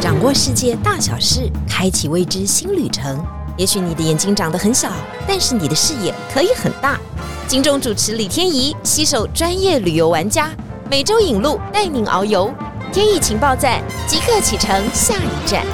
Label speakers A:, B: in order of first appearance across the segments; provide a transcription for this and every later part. A: 掌握世界大小事，开启未知新旅程。也许你的眼睛长得很小，但是你的视野可以很大。金钟主持李天怡携手专业旅游玩家，每周引路带您遨游。天意情报站即刻启程，下一站。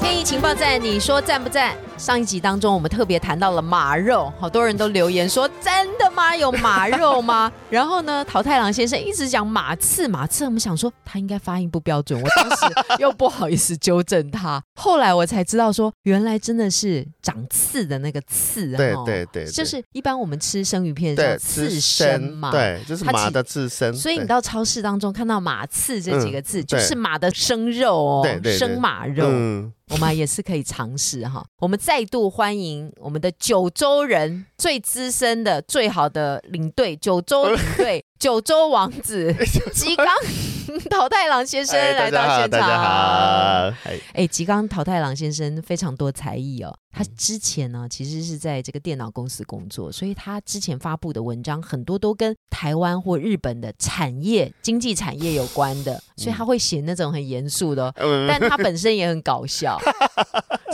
A: 天意情报站，你说赞不赞？上一集当中，我们特别谈到了马肉，好多人都留言说：“真的吗？有马肉 吗？”然后呢，桃太郎先生一直讲马刺，马刺。我们想说他应该发音不标准，我当时又不好意思纠正他。 后来我才知道说，原来真的是长刺的那个刺，
B: 对
A: 哦
B: 对对对
A: 就是一般我们吃生鱼片
B: 对，
A: 叫
B: 刺
A: 刺
B: 身
A: 身嘛，
B: 对，就是
A: 它
B: 马
A: 其
B: 的刺身。
A: 所以你
B: 对
A: 到超市当中看到“马刺”这几个字，就
B: 对
A: 是马的生肉哦，
B: 嗯对对对
A: 生马肉，
B: 嗯，
A: 我们也是可以尝试哈。我们再度欢迎我们的九州人最资深的、最好的领队——九 州领队、九州王子吉冈桃太郎先生
B: 哎
A: 来
B: 大
A: 到
B: 家好，
A: 现
B: 大
A: 场。
B: 家好，哎
A: 哎，吉冈桃太郎先生非常多才艺哦。他
B: 嗯
A: 之前呢，其实是在这个电脑公司工作，所以他之前发布的文章很多都跟台湾或日本的产业、经济产业有关的，所以他会写那种很严肃的、哦，
B: 嗯，
A: 但他本身也很搞 笑，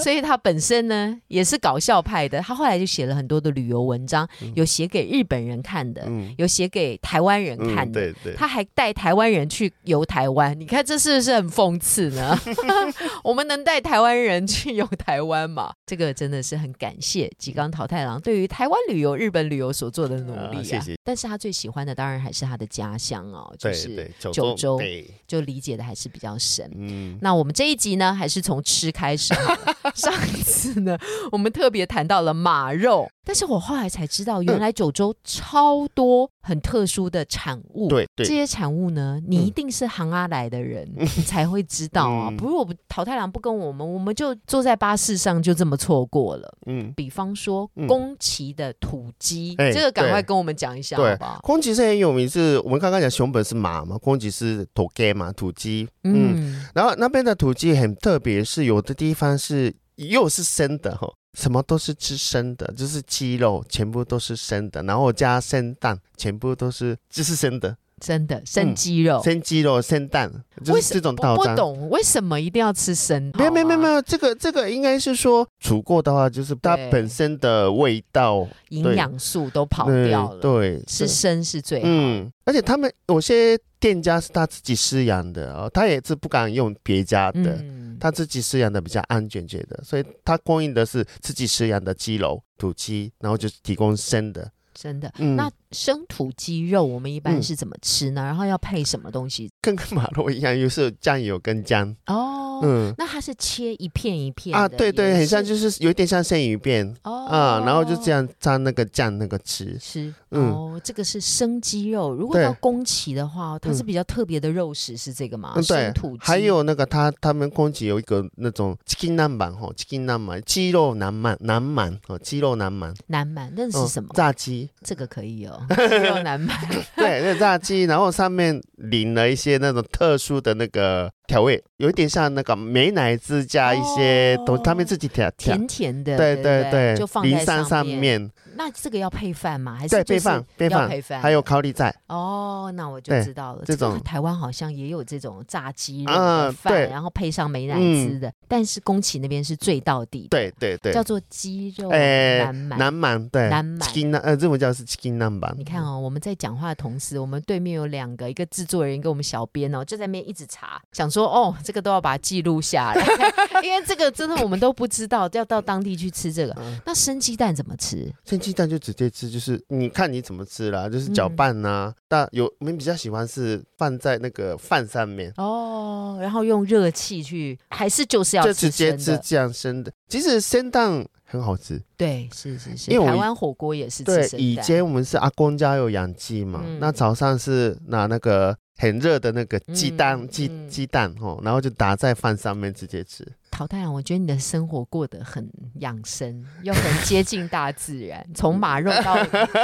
A: 所以他本身呢也是搞笑派的。他后来就写了很多的旅游文章，有写给日本人看的，
B: 嗯
A: 有写给台湾人
B: 嗯
A: 看的，
B: 对对，
A: 他还带台湾人去游台湾，你看这是不是很讽刺呢？ 我们能带台湾人去游台湾吗？这个真的是很感谢吉冈桃太郎对于台湾旅游、日本旅游所做的努力啊！
B: 啊谢谢
A: 但是他最喜欢的当然还是他的家乡哦，就
B: 对
A: 是
B: 对，九
A: 九州
B: 对，
A: 就理解的还是比较深。
B: 嗯，
A: 那我们这一集呢，还是从吃开始好 了。上次呢，我们特别谈到了马肉，但是我后来才知道，
B: 嗯
A: 原来九州超多很特殊的产物。
B: 对
A: 这
B: 对，
A: 些产物呢，你一定是行阿来的人，你才会知道啊。
B: 嗯
A: 不是我们桃太郎不跟我们，我们就坐在巴士上就这么错过了。
B: 嗯。
A: 比方说
B: 嗯
A: 宫崎的土鸡，
B: 哎
A: 这个赶快
B: 对
A: 跟我们讲一下好
B: 对
A: 不，好？
B: 空吉是很有名，是我们刚刚讲熊本是马嘛，空吉是土鸡嘛，土鸡。嗯，
A: 嗯，
B: 然后那边的土鸡很特别，是有的地方是又是生的哈，什么都是吃生的，就是鸡肉全部都是生的，然后加生蛋，全部都是就是生的，
A: 真的生鸡肉，
B: 嗯生鸡肉、生蛋，就
A: 哦为
B: 是
A: 什
B: 这种
A: 我
B: 套
A: 不
B: 餐。
A: 懂为什么一定要吃生蚝
B: 没有没有没有没
A: 啊
B: 有，这个这个应该是说煮过的话，就是它
A: 对
B: 本身的味道
A: 营
B: 对
A: 养素都跑
B: 嗯
A: 掉了，
B: 对，
A: 吃
B: 对
A: 生是最好。
B: 嗯，而且他们有些店家是他自己饲养的哦，他也是不敢用别家的，
A: 嗯，
B: 他自己饲养的比较安全觉得，所以他供应的是自己饲养的鸡肉、土鸡，然后就是提供生的。
A: 真的。
B: 嗯，
A: 那生土鸡肉我们一般
B: 嗯
A: 是怎么吃呢？然后要配什么东西？
B: 跟跟马肉一样，又是酱油跟姜。
A: 哦，
B: 嗯
A: 那它是切一片一片
B: 啊，
A: 的
B: 对对，
A: 也
B: 很像
A: 是
B: 就是有一点像生鱼片
A: 哦
B: 啊，然后就这样蘸那个酱那个吃。
A: 吃。
B: 嗯
A: 哦，这个是生鸡肉。如果
B: 对
A: 到宫崎的话，它是
B: 嗯
A: 比较特别的肉食，是这个吗？
B: 嗯，对
A: 生土鸡，
B: 还有那个他他们空姐有一个那种 chicken 南蛮吼，chicken 南蛮，鸡肉南蛮南蛮哦，鸡肉南蛮
A: 南蛮，那
B: 嗯
A: 是什么？
B: 炸鸡，
A: 这个可以 哦，鸡肉南蛮。
B: 对，那炸鸡， 然后上面淋了一些那种特殊的那个调味，有一点像那个美乃滋加一些东，
A: 哦
B: 他们自己调调。
A: 甜甜的，
B: 对
A: 对
B: 对
A: 不
B: 对，
A: 就放
B: 淋
A: 在
B: 上
A: 上面。
B: 面，
A: 那这个要配饭吗？还是
B: 对，
A: 就
B: 配
A: 是
B: 饭配
A: 要
B: 饭，
A: 配饭，
B: 还有烤里仔，
A: 哦，那我就
B: 对
A: 知道了。
B: 这
A: 个
B: 种
A: 台湾好像也有这种炸鸡肉
B: 啊
A: 的饭，
B: 对
A: 然后配上美乃滋的，但是宫崎那边是最到底的，
B: 对对对，
A: 叫做鸡肉
B: 哎
A: 南蛮。
B: 南蛮对，
A: 南蛮
B: chicken 南呃，日文叫是 chicken 南蛮。
A: 你看哦，我们在讲话的同时，我们对面有两个，一个制作人，一个我们小编哦，就在那边一直查，想说哦，这个都要把它记录下来， 因为这个真的我们都不知道，要到当地去吃这个。
B: 嗯，
A: 那生鸡蛋怎么吃？
B: 生鸡蛋就直接吃，就是你看你怎么吃啦，就是搅
A: 嗯
B: 拌呐、但有我们比较喜欢是放在那个饭上面，
A: 哦，然后用热气去，还是就是要
B: 就
A: 吃
B: 直接
A: 生
B: 吃
A: 的？
B: 这样生的。其实生蛋很好吃，
A: 对，是是是，
B: 因为我
A: 台
B: 以
A: 湾火锅也是吃
B: 对
A: 生，蛋。
B: 以前我们是阿公家有养鸡嘛，
A: 嗯
B: 那早上是拿那个很热的那个鸡蛋、
A: 嗯
B: 鸡
A: 嗯
B: 鸡蛋哦，然后就打在饭上面直接吃。
A: 淘汰啊！我觉得你的生活过得很养生，又很接近大自然，从马 肉到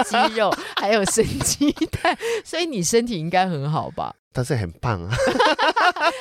A: 鸡肉，还有生鸡蛋，所以你身体应该很好吧？
B: 但是很胖啊，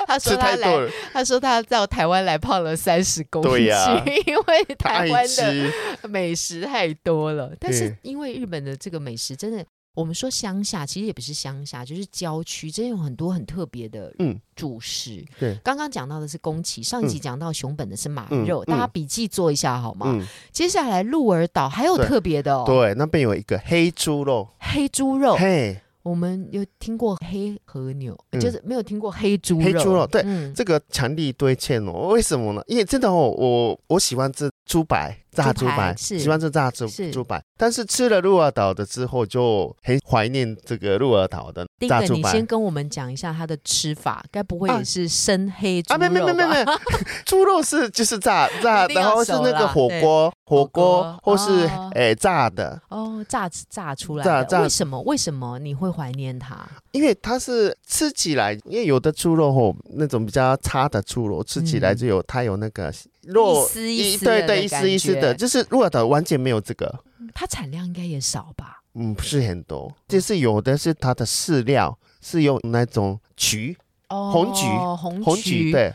A: 他
B: 吃
A: 说他
B: 太多
A: 来，
B: 了，
A: 他说他到台湾来胖了三十公斤，
B: 对呀
A: 因为
B: 他
A: 台
B: 爱
A: 湾的
B: 吃，
A: 美食太多了，但是
B: 对
A: 因为日本的这个美食真的，我们说乡下其实也不是乡下，就是郊区，真的有很多很特别的
B: 嗯
A: 主食。
B: 对嗯
A: 刚刚讲到的是宫崎，上一集讲到熊本的是马肉，
B: 嗯嗯
A: 大家笔记做一下好吗？
B: 嗯，
A: 接下来鹿儿岛还有
B: 对
A: 特别的哦，
B: 对，那边有一个黑猪肉，
A: 黑猪肉，
B: 嘿，
A: 我们有听过黑和牛，
B: 嗯
A: 就是没有听过黑猪肉。
B: 黑猪肉对
A: 嗯
B: 这个强力堆砌哦，为什么呢？因为真的哦，我我喜欢吃猪排，炸
A: 猪
B: 猪
A: 排
B: 排，
A: 是
B: 喜欢吃炸猪
A: 是
B: 猪排，但是吃了鹿儿岛的之后，就很怀念这个鹿儿岛的
A: 丁
B: 炸
A: 哥，
B: 猪
A: 你
B: 排
A: 先。跟我们讲一下它的吃法，该不会
B: 啊
A: 也是生黑猪
B: 啊，
A: 肉吧？
B: 没没没没没， 猪肉是就是炸 炸，
A: 一定要
B: 然后是那
A: 熟啦
B: 个火
A: 对
B: 锅火锅
A: 火锅
B: 或是
A: 哦
B: 诶炸的，
A: 哦，炸炸出来
B: 炸
A: 的，
B: 炸
A: 为什么？为什么你会怀念它？
B: 因为它是吃起来，因为有的猪肉吼那种比较差的猪肉，吃起来
A: 嗯
B: 就有它有那个肉
A: 一丝一丝的
B: 对
A: 那
B: 对一丝一丝
A: 感觉
B: 的，就是鹿儿岛完全没有这个。
A: 它产量应该也少吧？
B: 嗯，不是很多，就是有的是它的饲料是用那种菊
A: 哦
B: 红橘
A: 橘
B: 红菊，，对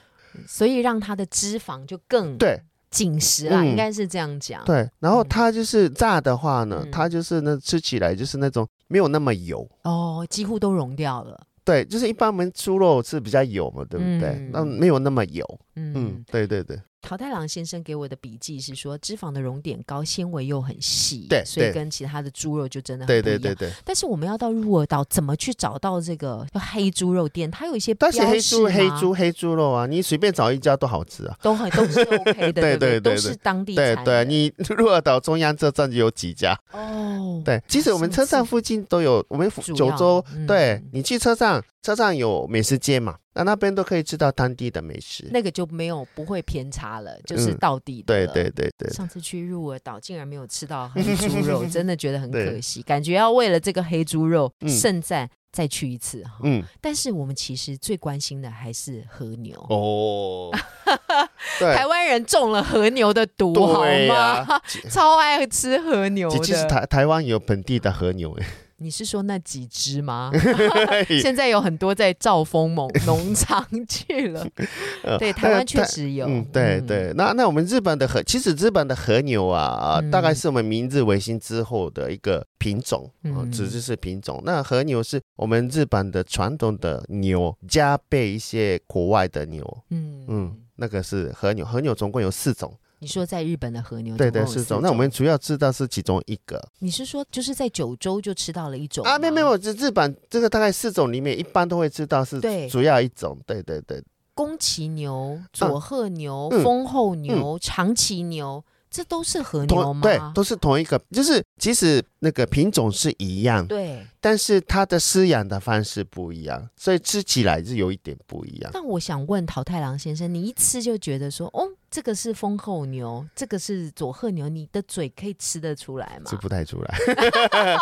A: 所以让它的脂肪就更
B: 对
A: 紧实啦，
B: 嗯
A: 应该是这样讲。，
B: 对。然后
A: 嗯
B: 它就是炸的话呢，
A: 嗯
B: 它就是那吃起来就是那种没有那么油，
A: 哦，几乎都融掉了。
B: 对，就是一般我们猪肉是比较油嘛，对不对
A: 嗯？
B: 那、没有那么油，
A: 嗯，
B: 嗯，对对对，
A: 桃太郎先生给我的笔记是说，脂肪的熔点高，纤维又很细，
B: 对
A: 所以
B: 对
A: 跟其他的猪肉就真的很
B: 对
A: 不一
B: 对
A: 样。
B: 对对。
A: 但是我们要到鹿儿岛，怎么去找到这个黑猪肉店？它有一些标
B: 但
A: 识
B: 是黑猪
A: 吗
B: 黑猪黑猪肉啊，你随便找一家都好吃啊。
A: 都很都是 OK 的，不
B: 对
A: 对
B: 对对
A: 都是当地
B: 对
A: 产
B: 对，
A: 的
B: 你鹿儿岛中央车站有几家？
A: 哦，
B: 对，其实我们车站附近都有，我们
A: 主要，
B: 九州
A: 嗯
B: 对你去车站，车站有美食街嘛，那那边都可以吃到当地的美食。
A: 那个就没有不会偏差了，就是
B: 嗯
A: 到地的
B: 对
A: 了
B: 对对对，
A: 上次去鹿儿岛，竟然没有吃到黑猪肉，真的觉得很
B: 对
A: 可惜，感觉要为了这个黑猪肉
B: 嗯
A: 盛赞再去一次哈。
B: 嗯，
A: 但是我们其实最关心的还是和牛，
B: 哦，对
A: 台，湾人中了和牛的毒，好
B: 对呀
A: 吗？ 超爱吃和牛
B: 其实
A: 的。
B: 台台湾有本地的和 牛，
A: 你是说那几只吗？
B: 哎
A: 现在有很多在兆丰农 农场去了，
B: 呃
A: 对，台湾
B: 那
A: 确实有，
B: 嗯，对对，那那我们日本的和，其实日本的和牛啊，啊
A: 嗯
B: 大概是我们明治维新之后的一个品种，啊
A: 嗯，
B: 只是是品种。那和牛是我们日本的传统的牛，加倍一些国外的牛，
A: 嗯
B: 嗯
A: 嗯，，
B: 那个是和牛，和牛总共有四种，
A: 你说在日本的和牛，
B: 对对，
A: 总共有
B: 四
A: 四
B: 种。那我们主要知道是其中一个
A: 你是说就是在九州就吃到了一种
B: 啊，
A: 吗
B: 没有没有，这日本这个大概四种里面，一般都会知道是
A: 对
B: 主要一种，对对对，
A: 宫崎牛、佐贺牛、
B: 啊嗯
A: 丰后牛、长崎牛，这都是和牛
B: 同
A: 吗？
B: 对都是同一个，就是即使那个品种是一样，
A: 对
B: 但是它的饲养的方式不一样，所以吃起来是有一点不一样。
A: 但我想问桃太郎先生，你一吃就觉得说，哦，这个是丰后牛，这个是佐贺牛，你的嘴可以吃得出来吗
B: 吃？不太出来，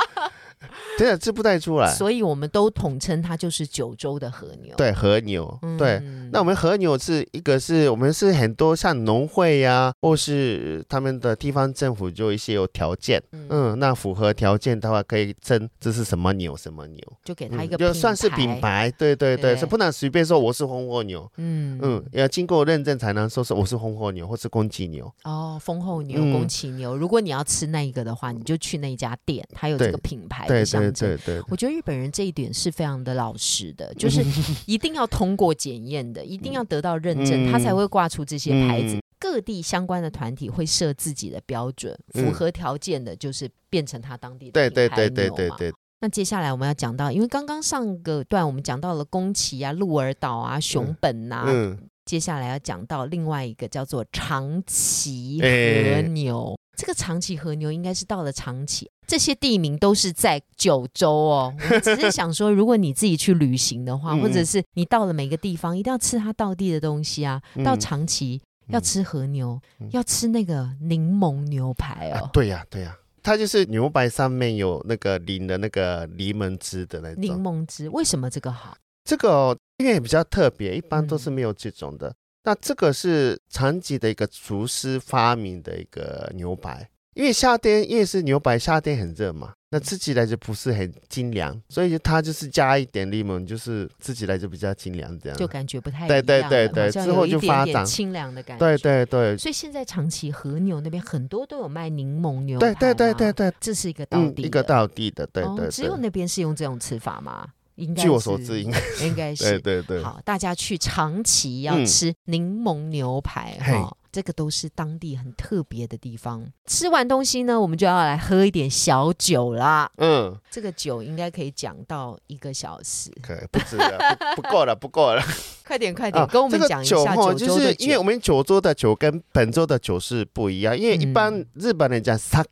B: 真的吃不太出 来。
A: 所以我们都统称它就是九州的和牛。
B: 对和牛，
A: 嗯，
B: 对。那我们和牛是一个是我们是很多像农会呀、或是他们的地方政府就一些有条件，嗯，那符合条件的话可以争这是什么牛什么牛，
A: 就给它一
B: 嗯
A: 个、
B: 就算是品，牌，对对对，
A: 对
B: 是不能随便说我是红火牛，
A: 嗯
B: 嗯，要经过认证才能说是我是红火牛或是公鸡牛，
A: 哦，丰后牛、
B: 嗯
A: 宫崎牛，如果你要吃那一个的话，你就去那一家店，它有这
B: 对
A: 个品牌
B: 对
A: 的
B: 对
A: 象征。
B: 对对，
A: 我觉得日本人这一点是非常的老实的， 就是一定要通过检验的，一定要得到认证，他
B: 嗯
A: 才会挂出这些牌子
B: 嗯。
A: 各地相关的团体会设自己的标准，符
B: 嗯
A: 合条件的，就是变成他当地的
B: 对
A: 品
B: 对
A: 牌
B: 对对
A: 牛
B: 对
A: 嘛
B: 对，
A: 那接下来我们要讲到，因为刚刚上个段我们讲到了宫崎啊、鹿儿岛啊、熊本呐、
B: 嗯，
A: 接下来要讲到另外一个叫做长崎和
B: 哎
A: 牛。这个长崎和牛应该是到了长崎，这些地名都是在九州 哦。我们只是想说，如果你自己去旅行的话，
B: 嗯
A: 或者是你到了每个地方，一定要吃它道地的东西啊。
B: 嗯
A: 到长崎要
B: 嗯
A: 吃和牛，
B: 嗯
A: 要吃那个柠檬牛排
B: 啊
A: 哦，，
B: 对呀、对呀、它就是牛排上面有那个淋的那个柠檬汁的那
A: 柠
B: 种。
A: 檬汁。为什么这个好？
B: 这个哦、因为比较特别，一般都是
A: 嗯
B: 没有这种的。那这个是长崎的一个厨师发明的一个牛排，因为夏天越是牛排，夏天很热嘛，那吃起来就不是很清凉，所以它就是加一点 lemon，就是吃起来就比较清凉这样。
A: 就感觉不太一样
B: 对
A: 了，
B: 对对对
A: 好像
B: 之后
A: 有一
B: 就
A: 点
B: 发
A: 点
B: 展
A: 清凉的感觉。
B: 对对对
A: 所以现在长崎和牛那边很多都有卖柠檬牛排
B: 对
A: 嘛，
B: 对对对对，
A: 这是一个道
B: 嗯，
A: 地的，
B: 一个道地的，对对
A: 哦，只有
B: 对。
A: 那边是用这种吃法吗？应该
B: 据我所
A: 是
B: 知，应该
A: 应该
B: 对
A: 是
B: 对对，
A: 好，大家去长崎要
B: 嗯
A: 吃柠檬牛排哈、
B: 嘿
A: 这个都是当地很特别的地方。吃完东西呢，我们就要来喝一点小酒啦。
B: 嗯，
A: 这个酒应该可以讲到一个小时，
B: 可以不止了，不不 够了，不够了。
A: 快点快点，
B: 啊，
A: 跟我们
B: 这个
A: 讲一
B: 酒
A: 下
B: 吼
A: 九
B: 就
A: 州的
B: 是
A: 酒。
B: 因为我们九州的酒跟本州的酒是不一样，因为一般
A: 嗯
B: 日本人讲 sake，、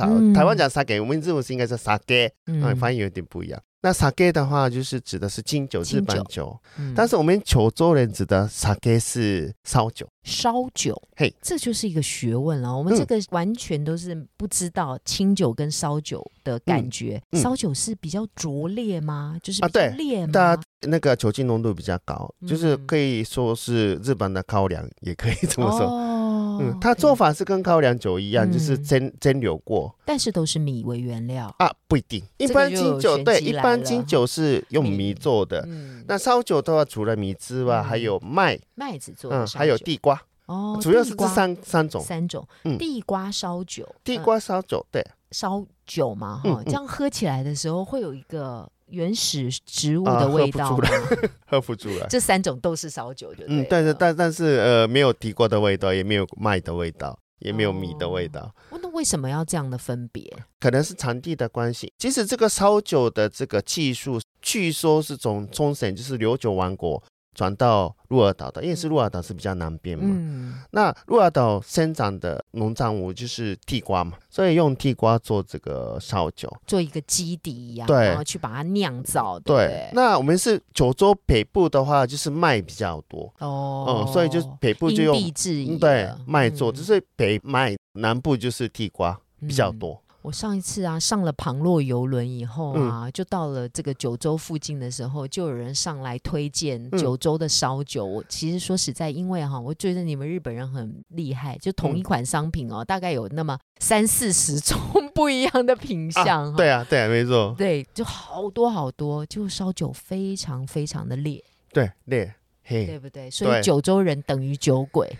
A: 嗯
B: 台湾讲 sake，我们日文是应该叫 sake，啊、发音有点不一样。那 sake 的话，就是指的是清酒，
A: 清酒
B: 日本酒，
A: 嗯
B: 但是我们九州人指的 sake 是烧酒。
A: 烧酒，
B: 嘿，
A: 这就是一个学问了。我们
B: 嗯
A: 这个完全都是不知道清酒跟烧酒的感觉。
B: 嗯嗯
A: 烧酒是比较拙劣吗？就是
B: 啊
A: 比较
B: 对
A: 烈吗？
B: 它那个酒精浓度比较高，
A: 嗯
B: 就是可以说是日本的高粱，也可以这么说。
A: 哦
B: 嗯，它做，法是跟高粱酒一样，
A: 嗯
B: 就是蒸蒸馏过
A: 对但是都是米为原料。
B: 啊，不一定。一
A: 这个
B: 般
A: 就
B: 清
A: 有
B: 酒
A: 玄
B: 对，
A: 机
B: 一
A: 来
B: 般
A: 了
B: 清酒是用
A: 米
B: 米做的，
A: 嗯，
B: 那烧酒的话，除了米之外，
A: 嗯
B: 还有麦，
A: 麦子做的
B: 嗯，
A: 烧酒，
B: 还有地瓜，
A: 哦，
B: 主要
A: 地
B: 是这
A: 瓜
B: 三三种。
A: 三种，
B: 嗯
A: 地瓜烧酒，
B: 地
A: 嗯
B: 瓜烧酒，对，
A: 烧酒嘛，
B: 嗯
A: 哈，
B: 嗯
A: 这样喝起来的时候会有一个原始植物
B: 啊
A: 的
B: 喝
A: 味
B: 不
A: 道
B: 出
A: 吗？
B: 喝不出来。
A: 这三种都是烧酒，就
B: 嗯，
A: 对
B: 但是
A: 了
B: 但但是呃，没有地瓜的味道，也没有麦的味道，也没有米的味道，
A: 哦那为什么要这样的分别？
B: 可能是产地的关系。其实这个烧酒的这个技术，据说是从冲绳，就是琉球王国传到鹿儿岛的，因为是鹿儿岛是比较南边嘛。
A: 嗯，
B: 那鹿儿岛生长的农产物就是地瓜嘛，所以用地瓜做这个烧酒。
A: 做一个基底一样，
B: 对
A: 然后去把它酿造，对不
B: 对
A: 对，，
B: 那我们是九州北部的话，就是麦比较多，
A: 哦
B: 嗯，，所以就是北部就用
A: 因地制宜
B: 嗯
A: 了，
B: 对麦做，
A: 嗯
B: 只是北麦，南部就是地瓜比较。
A: 嗯
B: 多。
A: 我上一次啊上了旁洛游轮以后啊，
B: 嗯
A: 就到了这个九州附近的时候，就有人上来推荐
B: 嗯
A: 九州的烧酒。我其实说实在，因为哈、我觉得你们日本人很厉害，就同一
B: 嗯
A: 款商品哦，大概有那么三四十种不一样的品相、
B: 啊，对啊，对啊，没错，
A: 对，就好多好多，就烧酒非常非常的烈，
B: 对对，
A: 对
B: 嘿，
A: 不对？所以
B: 对
A: 九州人等于酒鬼，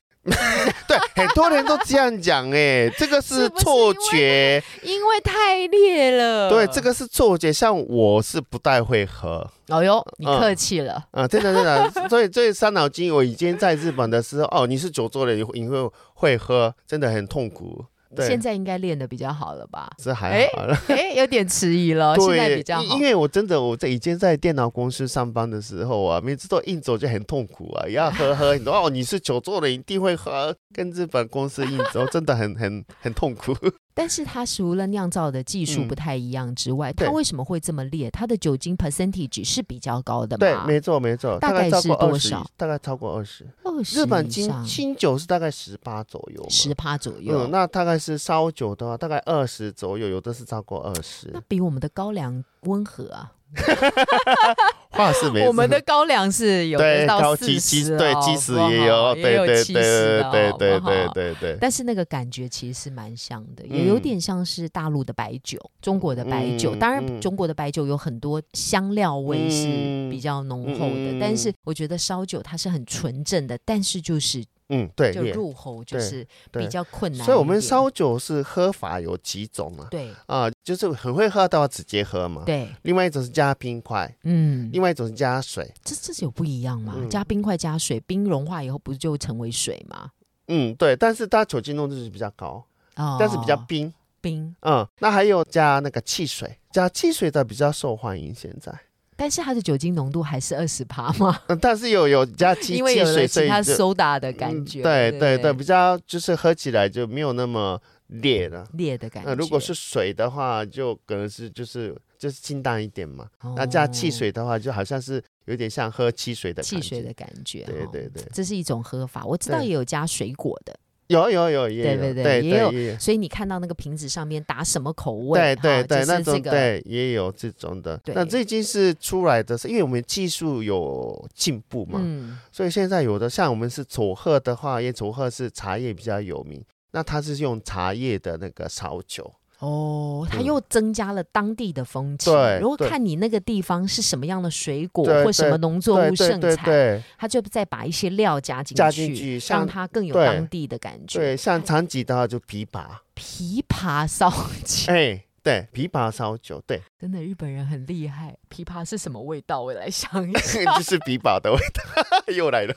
B: 对，很多人都这样讲，哎，这 个
A: 是
B: 是
A: 不是
B: 错觉，
A: 因为太烈了。
B: 对，这，个是错觉。像我是不太会喝
A: 哎呦，你
B: 嗯
A: 客气了，
B: 啊，真的真的， 所以所以伤脑筋。我以前在日本的时候，哦，你是九州人，你会你会会喝，真的很痛苦。对
A: 现，在应该练得比较好了吧？
B: 这还好了。
A: 哎，有点迟疑了，现
B: 对，
A: 在比较好
B: 因因。为我真的我在以前在电脑公司上班的时候啊，每次都应酬就很痛苦啊，要喝喝，你说哦你是酒做的，一定会喝，跟日本公司应酬真的很很很痛苦。
A: 但是它除了酿造的技术
B: 嗯
A: 不太一样之外，
B: 对
A: 它为什么会这么烈？它的酒精 percentage 是比较高的
B: 对，
A: 嘛？
B: 没错没错，
A: 啊大
B: 概
A: 概
B: 超
A: 是
B: 过
A: 多
B: 二十
A: 少，
B: 大概超过二十。
A: 二十
B: 日本
A: 以
B: 清
A: 上，
B: 清酒是大概十八左右嘛，
A: 十趴左右
B: 嗯，。那大概是烧酒的话，大概二十左右，有的是超过二十
A: 那。比我们的高粱温和啊，
B: 话是没错，
A: 我 们的高粱是有
B: 对
A: 到
B: 高
A: 四
B: 七七
A: 十，
B: 对
A: 好
B: 七
A: 不
B: 十
A: 好
B: 也有，
A: 也
B: 对
A: 有
B: 对
A: 七十
B: 对
A: 的，
B: 对对
A: 好不好
B: 对对对。
A: 但是那个感觉其实是蛮像的，也有
B: 嗯
A: 点像是大陆的白酒，中国的白酒。
B: 嗯
A: 当然，
B: 嗯
A: 中国的白酒有很多香料味是
B: 嗯
A: 比较浓厚的，
B: 嗯嗯嗯
A: 但是我觉得烧酒它是很纯正的，但是就是
B: 嗯，对，
A: 就
B: 也
A: 入喉就
B: 对
A: 是
B: 对
A: 比较困难一点。
B: 所以我们烧酒是喝法有几种啊？
A: 对
B: 啊，就是很会喝的话直接喝嘛。。
A: 对，
B: 另外一种是加冰块，
A: 嗯，
B: 另外一种是加水。
A: 这这是有不一样嘛？
B: 嗯
A: 加冰块加水，冰融化以后不就成为水吗？
B: 嗯，对。但是它酒精浓度是比较高，
A: 哦，
B: 但是比较冰。
A: 冰，
B: 嗯，那还有加那个汽水，加汽水的比较受欢迎现在。
A: 但是它的酒精浓度还是二十趴嘛，
B: 嗯，但是有有加汽
A: 因为有
B: 汽
A: 了
B: 水，所
A: 其
B: 以
A: 他
B: 就
A: soda 的感觉。
B: 嗯对
A: 对
B: 对
A: 不
B: 对，比较就是喝起来就没有那么烈了。
A: 烈的感觉。
B: 那如果是水的话，就可能是就是就是清淡一点嘛。那加汽
A: 哦
B: 水的话，就好像是有点像喝汽水的
A: 汽
B: 感
A: 水
B: 觉
A: 的感觉，
B: 对
A: 哦
B: 对对
A: 这是一种喝法。我知道
B: 对
A: 也有加水果的，
B: 有有有也
A: 对对
B: 有
A: 对
B: 对
A: 也有
B: 也有
A: 所以你看到那个瓶子上面打什么口味，
B: 对对
A: 哈
B: 对，那
A: 就是
B: 种
A: 这个
B: 对也有这种的。
A: 对
B: 那最近是出来的是，因为我们技术有进步嘛，
A: 嗯
B: 所以现在有的像我们是佐贺的话，因为佐贺是茶叶比较有名，那它是用茶叶的那个烧酒，
A: 哦，它
B: 嗯
A: 又增加了当地的风情。
B: 对
A: 如果
B: 对
A: 看你那个地方是什么样的水果
B: 对
A: 或什么农作
B: 对
A: 物
B: 对
A: 盛
B: 对
A: 产，
B: 对
A: 它就再把一些料加进
B: 加进去
A: 让
B: 像
A: 它更有
B: 对
A: 当地的感觉。
B: 对，像长崎的话就枇杷，
A: 琵琶烧酒，
B: 哎，对，枇杷烧酒，对，
A: 真的日本人很厉害。琵琶是什么味道？我来想一下。
B: 就是枇杷的味道 又来了。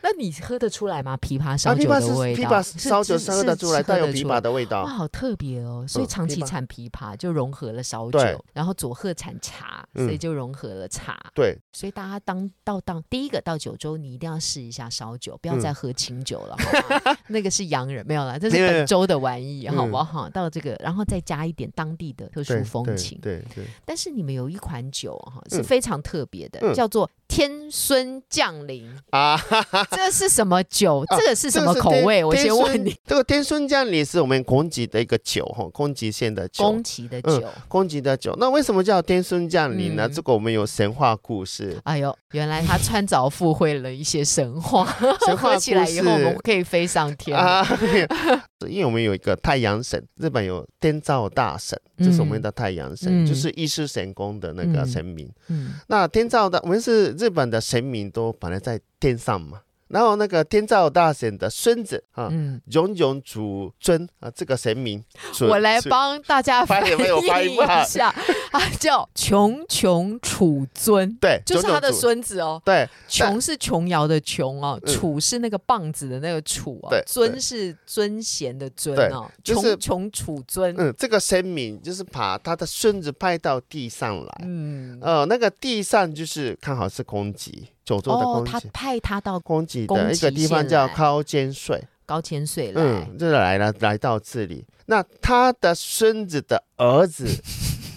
A: 那你喝得出来吗？琵琶烧
B: 啊，枇
A: 酒
B: 杷
A: 的
B: 是
A: 味
B: 枇
A: 道，
B: 杷
A: 是
B: 烧酒
A: 是
B: 是喝得
A: 是
B: 出来，
A: 喝
B: 带有
A: 得
B: 枇
A: 出
B: 杷的味道
A: 哇，。好特别哦！所以
B: 嗯
A: 长崎
B: 枇杷
A: 产枇杷就融合了烧
B: 对
A: 酒，然后佐贺产茶，所以
B: 嗯
A: 就融合了茶。
B: 对，
A: 所以大家当到当第一个到九州，你一定要试一下烧酒，不
B: 嗯
A: 要再喝清酒了， 好吗？那个是洋人没有啦，这是
B: 没有
A: 本州的玩意，
B: 嗯
A: 好不好？到了这个，然后再加一点当地的特殊
B: 对
A: 风
B: 对
A: 情。
B: 对对，
A: 但是你们有一款酒哈是
B: 嗯
A: 非常特别的，
B: 嗯
A: 叫做天孙降临。
B: 啊，
A: 这是什么酒？
B: 啊
A: 这个是什么
B: 这个是
A: 口
B: 天
A: 味？我
B: 天
A: 先
B: 孙
A: 问你。
B: 这个天孙酱也是我们宫崎的一个酒哈，宫崎县的酒
A: 宫。崎的
B: 嗯
A: 酒。
B: 宫崎的酒，那为什么叫天孙降临呢？
A: 嗯，
B: 这个我们有神话故事
A: 哎呦，原来他穿凿附会了一些神话，
B: 神话
A: 喝
B: 故
A: 起来以后我们
B: 事
A: 可以飞上天了。
B: 啊， 因为我们有一个太阳神，日本有天照大神，就是我们的太阳神，
A: 嗯
B: 就是一世神功的那个神明。
A: 嗯，
B: 那天照大，我们是日本的神明都本来在天上嘛，然后那个天照大神的孙子啊，
A: 嗯，
B: 永永主尊啊，这个神明，准
A: 我来
B: 准
A: 帮大家
B: 发
A: 翻译
B: 现没有发音不好
A: 一下，他叫穷穷楚尊。
B: 对，
A: 就是他的
B: 永永主
A: 孙子哦，
B: 对
A: 穷是琼瑶的琼哦，
B: 嗯
A: 楚是那个棒子的那个楚哦
B: 对，
A: 尊
B: 对
A: 是尊贤的尊哦，
B: 对就是
A: 穷穷楚尊，
B: 嗯，这个神明就是把他的孙子派到地上来，
A: 嗯，
B: 呃，那个地上就是刚好是空崎，九州的
A: 哦
B: 空，
A: 他
B: 崎，
A: 派他到
B: 空崎
A: 宫
B: 的一
A: 崎
B: 个地方
A: 县
B: 叫
A: 来
B: 高尖穗，
A: 高千穗来，
B: 嗯，就来了来到这里。那他的孙子的 儿子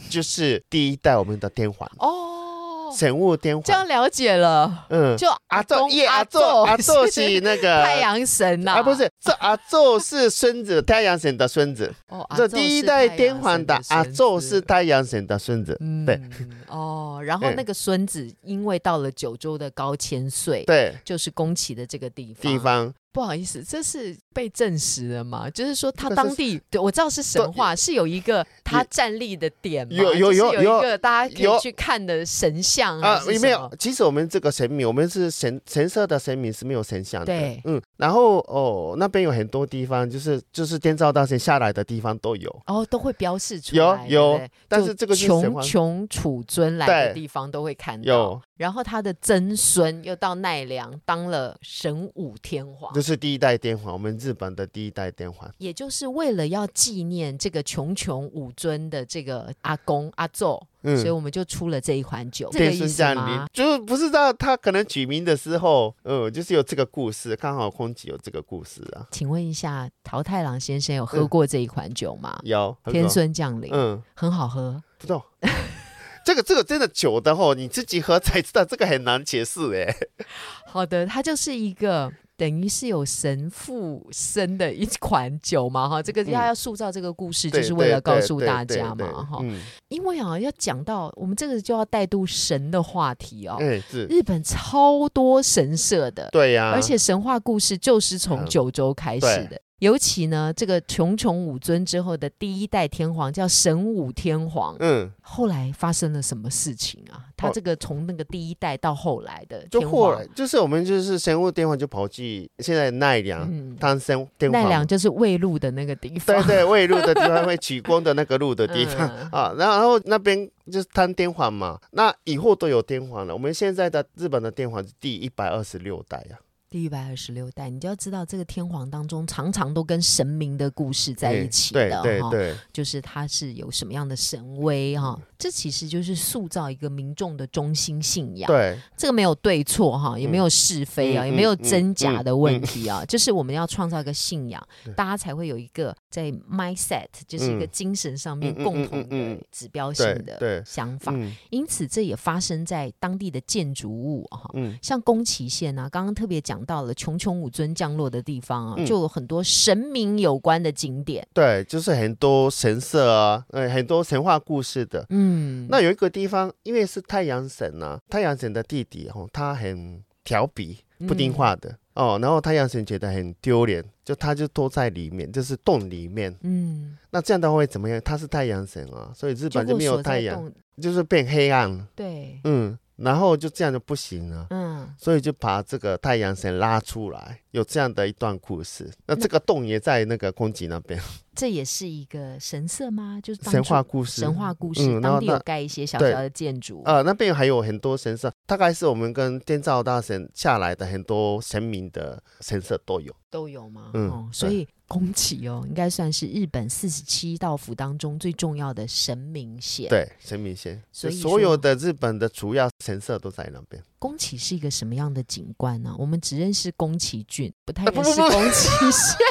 B: 就是第一代我们的天皇，
A: 哦，
B: 神武天
A: 这样
B: 皇，
A: 了解了，
B: 嗯，
A: 就
B: 阿宙
A: 公
B: 耶阿宙
A: 宙
B: 阿宙是
A: 是
B: 那个
A: 太阳神呐，
B: 呃啊，不是这阿宙是孙子太阳神的孙子，
A: 哦，阿
B: 这
A: 宙
B: 第一
A: 是
B: 代
A: 太
B: 天
A: 阳
B: 皇
A: 神
B: 的阿
A: 孙
B: 宙
A: 子
B: 是太阳神的孙子，
A: 嗯，
B: 对，
A: 哦，然后
B: 嗯
A: 那个孙子因为到了九州的高千穗，
B: 对，
A: 就是宫崎的这个地方，
B: 地方
A: 不好意思，这是被证实了嘛？就是说他
B: 这个
A: 当
B: 是
A: 地，对我知道是神话，是有一个他站立的点嘛，
B: 有有
A: 就是
B: 有
A: 有
B: 有
A: 一个大家可以
B: 有
A: 去看的神像
B: 啊
A: 还，嗯是
B: 没
A: 什
B: 有
A: 么，
B: 其实我们这个神明，我们是神神社的神明是没有神像的，
A: 对
B: 嗯，然后哦，那边有很多地方，就是就是天照大神下来的地方都有，
A: 哦，都会标示出
B: 有
A: 来，对不
B: 有
A: 对
B: 但
A: 就是
B: 这个是神
A: 穷
B: 话
A: 穷楚尊来的
B: 对
A: 地方都会看到，
B: 有，
A: 然后他的曾孙又到奈良当了神武天皇
B: 这。是第一代天皇，我们日本的第一代天皇，
A: 也就是为了要纪念这个穷穷武尊的这个阿公阿宙，所以
B: 嗯。
A: 我们就出了这一款酒，这个
B: 天
A: 意
B: 孙
A: 思
B: 降临
A: 吗？，
B: 就是不知道他可能取名的时候，嗯，就是有这个故事，刚好空姐有这个故事啊，
A: 请问一下，桃太郎先生有喝过这一款酒吗？
B: 有
A: 哦天，
B: 很
A: 孙降临、
B: 好嗯，
A: 很好喝，
B: 不懂。这个这个真的酒的吼，你自己喝才知道，这个很难解释哎。
A: 好的，它就是一个。等于是有神父生的一款酒嘛，哈，这个
B: 嗯
A: 要要塑造这个故事，
B: 对
A: 就是为了
B: 对
A: 告
B: 对
A: 诉
B: 对
A: 大
B: 对
A: 家
B: 对
A: 嘛，哈，
B: 嗯，
A: 因为啊，要讲到我们这个就要带入神的话题哦，
B: 哎是，
A: 日本超多神社的，
B: 对啊呀，
A: 而且神话故事就是从
B: 嗯
A: 九州开始的。尤其呢，这个穷穷武尊之后的第一代天皇叫神武天皇，
B: 嗯，
A: 后来发生了什么事情啊？他
B: 哦
A: 这个从那个第一代到后来的
B: 就
A: 天
B: 后
A: 皇，
B: 来就是我们就是神户天皇就跑去现在奈良
A: 嗯，
B: 当神天
A: 奈
B: 皇
A: 良。就是魏路的那个地方，
B: 对对，未入的地方会 取光的那个路的地方、
A: 嗯
B: 啊，然后那边就是当天皇嘛，那以后都有天皇了。我们现在的日本的天皇是第一百二十六啊代呀、
A: 第一百二十六代，你就要知道这个天皇当中常常都跟神明的故事在一起的
B: 哎对
A: 哈
B: 对嗯对，
A: 就是他是有什么样的神威哈、这其实就是塑造一个民众的中心信仰。
B: 对，
A: 这个没有对错哈，也没有是非啊，
B: 嗯
A: 也没有
B: 嗯嗯
A: 真假的问题啊，就是我们要创造一个信仰，大家才会有一个在 mindset，就是一个
B: 嗯
A: 精神上面
B: 嗯嗯
A: 共
B: 嗯
A: 同
B: 嗯
A: 的
B: 嗯
A: 指标性
B: 对
A: 的
B: 对
A: 想法。
B: 嗯
A: 因此，这也发生在当地的建筑物哈。
B: 嗯，
A: 像宫崎县啊，刚刚特别讲到了穷穷武尊降落的地方啊，
B: 嗯
A: 就有很多神明有关的景点。
B: 对，就是很多神社啊，呃，很多神话故事的。
A: 嗯，
B: 那有一个地方，因
A: 嗯
B: 为是太阳神啊，太阳神的弟弟哦，他很调皮，不听话的，哦，然后太阳神觉得很丢脸，就他就都在里面，就是洞里面。
A: 嗯，
B: 那这样的话会怎么样？他是太阳神啊，所以日本就
A: 如
B: 没
A: 果
B: 有
A: 锁在
B: 太阳，
A: 洞，
B: 就是变黑暗。
A: 对，
B: 嗯，然后就这样就不行了。
A: 嗯，
B: 所以就把这个太阳神拉出来，有这样的一段故事。那这个洞也在那个空吉那边，
A: 这也是一个神社吗？就是当
B: 神
A: 初
B: 话故事。
A: 神话故事，
B: 嗯然
A: 当
B: 后
A: 地有
B: 那
A: 盖一些小小
B: 对
A: 的建筑。
B: 呃，那边还有很多神社，大概是我们跟天照大神下来的很多神明的神社都有。
A: 都有吗？
B: 嗯
A: 哦，
B: 对
A: 所以宫崎哦，应该算是日本四十七道府当中最重要的神明县。，
B: 对，神明仙，
A: 所
B: 所
A: 以
B: 所有
A: 说
B: 的日本的主要神社都在那边。
A: 宫崎是一个什么样的景观呢、我们只认识宫崎骏，不太
B: 哎不
A: 认识
B: 不不
A: 宫 崎县。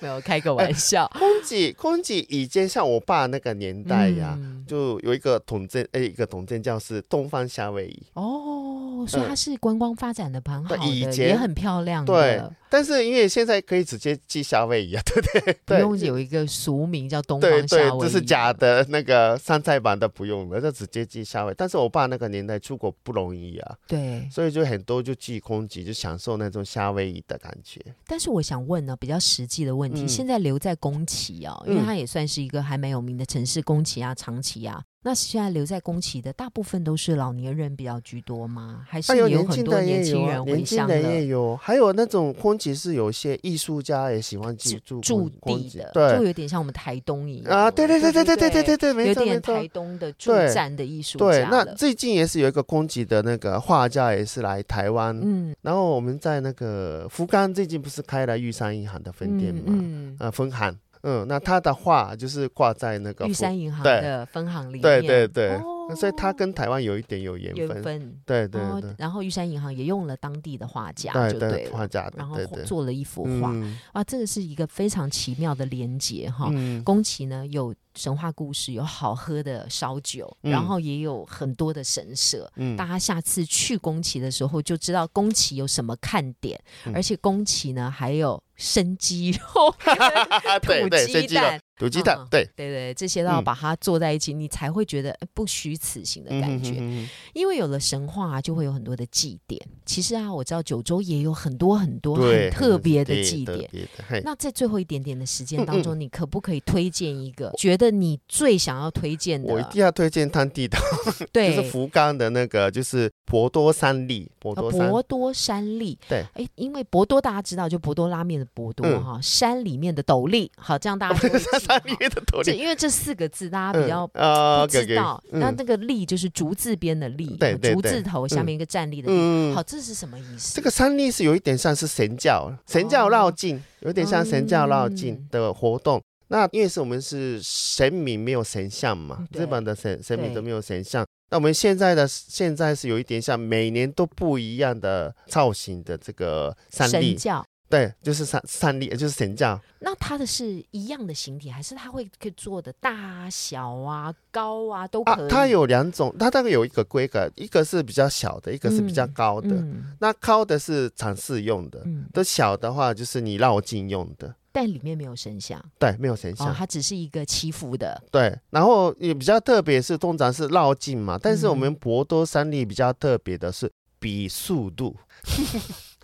A: 没有开个玩笑，
B: 空姐，空姐以前像我爸那个年代呃呀、
A: 嗯
B: 就有一个统政，诶，一个统政教是东方夏威夷。
A: 哦，所以
B: 嗯
A: 它是观光发展的蛮好
B: 对
A: 的，
B: 以
A: 也
B: 前
A: 很漂亮
B: 对
A: 的。，
B: 但是因为现在可以直接寄夏威夷啊， 对不对？
A: 不
B: 对，
A: 用有一个俗名叫东
B: 对
A: 方夏威
B: 对
A: 夷了，，
B: 这是假的，那个山寨版的不用了，就直接寄夏威夷。但是我爸那个年代出国不容易啊，
A: 对，
B: 所以就很多就寄空姐，就享受那种夏威夷的感觉。
A: 但是我想问呢，比较实际的问题，
B: 嗯
A: 现在留在宫崎哦，因为
B: 嗯
A: 它也算是一个还蛮有名的城市，宫崎啊、长崎啊。那现在留在宫崎的大部分都是老年人比较居多吗？还是
B: 哎呦，
A: 也有
B: 年
A: 很
B: 轻
A: 多
B: 的
A: 年
B: 也有
A: 轻
B: 啊，
A: 人回
B: 年轻
A: 乡
B: 人
A: 了
B: 也有，还有那种空姐是有一些艺术家也喜欢去住
A: 驻
B: 空空
A: 地
B: 姐
A: 的，就
B: 对
A: 有点像我们台东一样
B: 啊，对对对
A: 对
B: 对对对对
A: 对
B: 对对，没
A: 有
B: 错没
A: 点
B: 错
A: 台。东的驻
B: 对
A: 站的艺术家
B: 对，那
A: 了
B: 最近也是有一个空姐的那个画家也是来台湾，
A: 嗯
B: 然后我们在那个福冈最近不是开了玉山银行的分店嘛，
A: 嗯
B: 呃分行，嗯，那他的画就是挂在那个
A: 嗯玉
B: 福
A: 山银行
B: 对
A: 的分行里面，
B: 对对对，
A: 哦
B: 所以他跟台湾有一点有缘
A: 缘
B: 分，
A: 分。
B: 对对
A: 哦
B: 对，
A: 然后玉山银行也用了当地的画家，就
B: 对
A: 对了。
B: 画家的，
A: 然后
B: 对对，
A: 做了一幅画，
B: 嗯
A: 哇，这个是一个非常奇妙的连接哈。
B: 嗯
A: 宫崎呢有神话故事，有好喝的烧酒，
B: 嗯
A: 然后也有很多的神社。
B: 嗯
A: 大家下次去宫崎的时候，就知道宫崎有什么看点，
B: 嗯
A: 而且宫崎呢还有生鸡肉、
B: 啊，对
A: 土
B: 对，生
A: 鸡
B: 鸡肉
A: 蛋，
B: 土鸡蛋
A: 嗯，
B: 对，
A: 对对，这些都要把它做在一起，你才会觉得呃不虚此行的感觉。
B: 嗯嗯
A: 因为有了神话、啊，就会有很多的祭典。其实啊，我知道九州也有很多很多
B: 哼哼哼
A: 很
B: 对，
A: 特别的
B: 对嗯
A: 祭典
B: 特。别的嘿
A: 那在最后一点点的时间当中，你可不可以推荐一个觉得你最想要推荐的？
B: 我一定要推荐探地道， 就
A: 对，
B: 是福冈的那个，就是博多山利，博
A: 呃
B: 多山，
A: 博多山栗。
B: 对，
A: 哎，因为博多大家知道，就博多拉面的博多
B: 嗯哦
A: 哈，山里面的斗笠，好，这样大家 就会记哈
B: 山利的头
A: 这
B: 里，
A: 因为这四个字大家比较
B: 啊
A: 不知道，那
B: 嗯
A: 那个栗就是竹字边的栗，
B: 对对
A: 竹
B: 对
A: 字头下面一个站立的栗。
B: 嗯
A: 好，，这是什么意思？
B: 这个山利是有一点像是神教，神教绕境，有点像神教绕境
A: 哦嗯
B: 的活动。那因为是我们是神明没有神像嘛
A: 嗯，对
B: 日本的神神明
A: 对
B: 都没有神像。那我们现在的现在是有一点像每年都不一样的造型的这个山
A: 神
B: 利，
A: 教。
B: 对，就是山山利，就是神教。
A: 那它的是一样的形体，还是它会可以做的大小啊、高啊都
B: 啊
A: 可以？，
B: 它有两种，它大概有一个规格，一个是比较小的，一个是比较高的。
A: 嗯
B: 那高的是尝试用的，
A: 嗯，
B: 那小的话就是你绕境用的。
A: 但里面没有神像
B: 对，没有神像。
A: 哦，它只是一个祈福的。
B: 对，然后也比较特别是通常是绕境嘛，但是我们
A: 嗯
B: 博多山里比较特别的是比速度，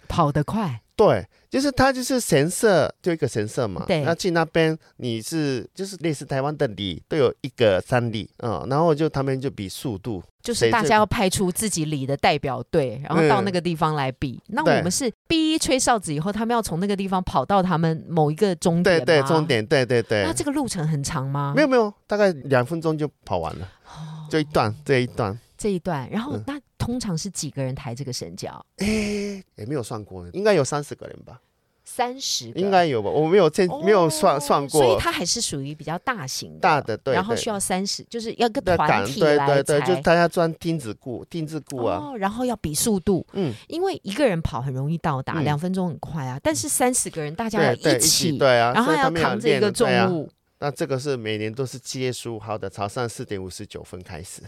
A: 跑得快，
B: 对，就是它就是神社就一个神社嘛，
A: 对
B: 那去那边你是就是类似台湾的里都有一个山里，嗯，然后就他们就比速度，
A: 就是
B: 谁
A: 大
B: 最
A: 家要派出自己里的代表队，然后到那个地方来比。那
B: 对
A: 我们是逼吹哨子以后，他们要从那个地方跑到他们某一个终点
B: 对
A: 吗
B: 对，重。点，对对对
A: 那，这个路程很长吗？
B: 没有没有，大概两分钟就跑完 了，
A: 哦
B: 就一段这一段，
A: 这一段，然后、
B: 嗯
A: 那通常是几个人抬这个神教？
B: 诶，也没有算过，应该有三十个人吧，
A: 三十，
B: 应该有吧，我没有见
A: 啊哦
B: 没有算算过，
A: 所以它还是属于比较大型的，
B: 大的对
A: 然后
B: 对
A: 需要三十，就是要个
B: 的
A: 团
B: 感，
A: 体
B: 对
A: 来
B: 对对，就
A: 才
B: 大家钻钉子固、钉子固啊，
A: 哦，然后要比速度，
B: 嗯，
A: 因为一个人跑很容易到达，
B: 嗯
A: 两分钟很快啊，但是三十个人大家要
B: 对对，一
A: 起，
B: 起对啊，
A: 然后
B: 所以
A: 还
B: 他
A: 要
B: 们要
A: 扛着一
B: 练
A: 个
B: 的
A: 重
B: 对啊。
A: 物，
B: 那这个是每年都是七月十五号的早上四点五十九分 开始，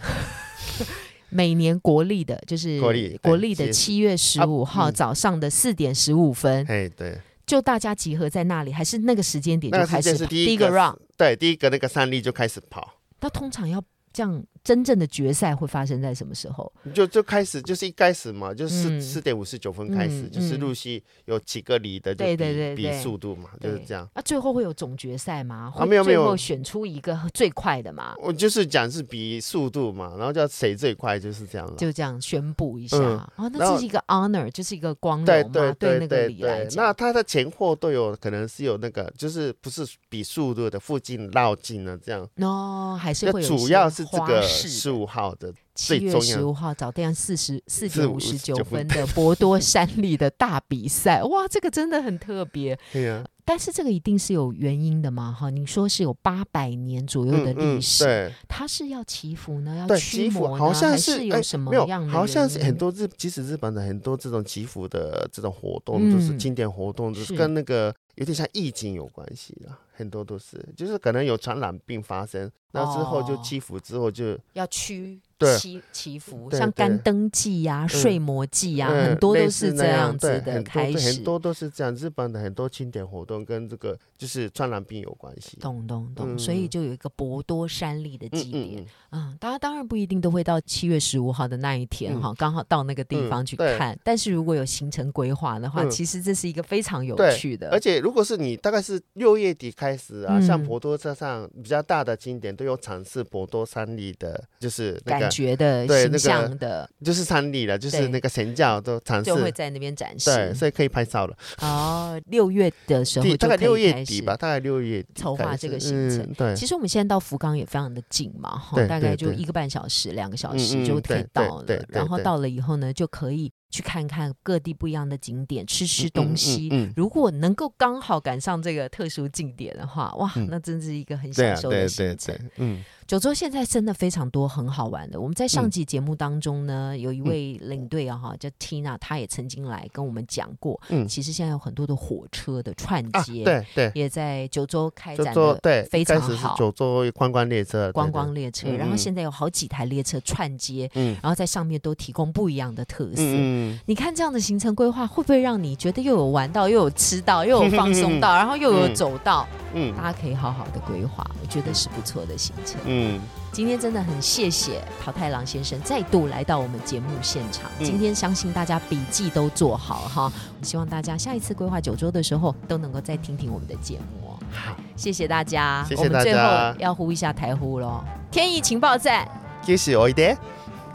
A: 每年国历的，就是
B: 国历对
A: 国历的
B: 7
A: 七月十五号
B: 嗯
A: 早上的四点十五分，
B: 哎，对，
A: 就大家集合在那里，还是那个时间点
B: 那
A: 就
B: 个
A: 开
B: 时
A: 始
B: 间
A: 跑
B: 是
A: 第
B: 第
A: 一
B: 一
A: 个
B: 个
A: round，
B: 对，第一个那个三例就开始跑，
A: 那通常要这样真正的决赛会发生在什么时候？
B: 就就开始就是一开始嘛，就是
A: 嗯
B: 四四点五十九分开始，
A: 嗯
B: 就是
A: 嗯
B: 陆续有几个里的就
A: 对
B: 比
A: 对对对
B: 比速度嘛，就是
A: 对
B: 这样。
A: 那、啊最后会有总决赛吗？
B: 啊没有没有
A: 最后选出一个最快的 嘛？
B: 我就是讲是比速度嘛，然后叫谁最快就是这样了。
A: 就这样宣布一下
B: 嗯
A: 啊、哦，那
B: 然后
A: 这是一个 honor，就是一个光荣
B: 对
A: 嘛，
B: 对对
A: 那个
B: 对
A: 礼来
B: 对，
A: 讲，
B: 那它的前后都有可能是有那个，就是不是比速度的附近绕近了这样。
A: 哦，还是
B: 那
A: 会有一
B: 主
A: 些
B: 要是这
A: 花
B: 个
A: 式
B: 十五号的，
A: 七
B: 最
A: 月
B: 重要
A: 十五号早上四十四
B: 45
A: 点五十九
B: 49
A: 分
B: 分
A: 的博多山里的大比赛，哇，这个真的很特别。
B: 对呀、
A: 但是这个一定是有原因的嘛？哈，你说是有八百年左右的历史，
B: 嗯对
A: 它是要祈福呢，要
B: 对，
A: 驱
B: 祈
A: 魔
B: 福
A: 呢，
B: 好像
A: 还是有
B: 哎
A: 什
B: 没
A: 么
B: 有
A: 样的原因？
B: 好像是很多日，即使日本的很多这种祈福的这种活动，就是
A: 嗯
B: 经典活动，就是
A: 是
B: 跟那个有点像易经有关系啦，很多都是，就是可能有传染病发生，那之后就
A: 哦
B: 祈福之后就
A: 要驱
B: 对
A: 祈祈福，
B: 对
A: 像
B: 对
A: 干灯祭呀、睡魔祭呀，
B: 嗯
A: 很多
B: 类
A: 都
B: 似
A: 是
B: 那
A: 这样子
B: 对
A: 的
B: 很多
A: 开
B: 对
A: 始
B: 很。多都是这样。日本的很多庆典活动跟这个就是传染病有关系。
A: 懂懂懂，
B: 嗯
A: 所以就有一个博多山里的祭典。
B: 嗯，
A: 嗯，当然当然不一定都会到七月十五号的那一天
B: 嗯
A: 哈，刚好到那个地
B: 嗯
A: 方去
B: 对
A: 看。但是如果有行程规划的话，
B: 嗯
A: 其实这是一个非常有
B: 对
A: 趣的，
B: 而且如果是你大概是六月底开始啊，
A: 嗯
B: 像博多山上比较大的景点都有尝试博多山里的，就是那
A: 感
B: 个
A: 觉的、
B: 对那
A: 形
B: 个
A: 象的，
B: 就是山里了，就
A: 对
B: 是那个神教都尝试
A: 就，会在那边展
B: 对，
A: 示。
B: 所以可以拍照了。
A: 哦，六月的时候
B: 第
A: 就
B: 大概
A: 可以
B: 六月
A: 开
B: 底
A: 始
B: 吧，。大概六月底
A: 筹划
B: 开
A: 这
B: 始
A: 个行程
B: 嗯、对，
A: 其实我们现在到福冈也非常的近嘛，哈，
B: 对
A: 大概
B: 对
A: 就
B: 对
A: 一个半小时、两个小
B: 嗯
A: 时
B: 嗯
A: 就可以
B: 对对
A: 到了
B: 对对。
A: 然后
B: 对
A: 到了以后呢，就可以去看看各地不一样的景点，吃吃东西，
B: 嗯嗯嗯
A: 如果能够刚好赶上这个特殊景点的话，哇，
B: 嗯
A: 那真是一个很
B: 对
A: 享
B: 啊，
A: 受
B: 对
A: 的行
B: 对
A: 程。
B: 对，嗯，
A: 九州现在真的非常多很好玩的。我们在上
B: 嗯
A: 集节目当中呢，有一位领队啊哈，叫 Tina，她也曾经来跟我们讲过，
B: 嗯
A: 其实现在有很多的火车的串
B: 啊，
A: 接，
B: 对对，
A: 也在九州开
B: 就
A: 展
B: 坐
A: 的
B: 对，
A: 非
B: 一开
A: 常
B: 始是
A: 好
B: 九州观光列车，对
A: 观
B: 对
A: 光列车，
B: 嗯
A: 然后
B: 嗯
A: 现在有好几台列车串接，
B: 嗯
A: 然后在上面都提供不一样的特
B: 嗯
A: 色。
B: 嗯，嗯
A: 你看这样的行程规划，会不会让你觉得又有玩到，又有吃到，又有放松 到，然后又有走到？
B: 嗯
A: 大家可以好好的规划，我觉得是不错的行程。
B: 嗯，
A: 今天真的很谢谢桃太郎先生再度来到我们节目现场。
B: 嗯
A: 今天相信大家笔记都做好哈，希望大家下一次规划九州的时候都能够再听听我们的节目哦。
B: 嗯好，
A: 谢谢大家，
B: 谢谢
A: 我们最
B: 大家
A: 后要呼一下台呼喽。天意情报站，
B: 继续我一点。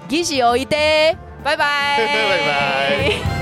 A: 吉喜有一 day，拜拜，
B: 拜拜。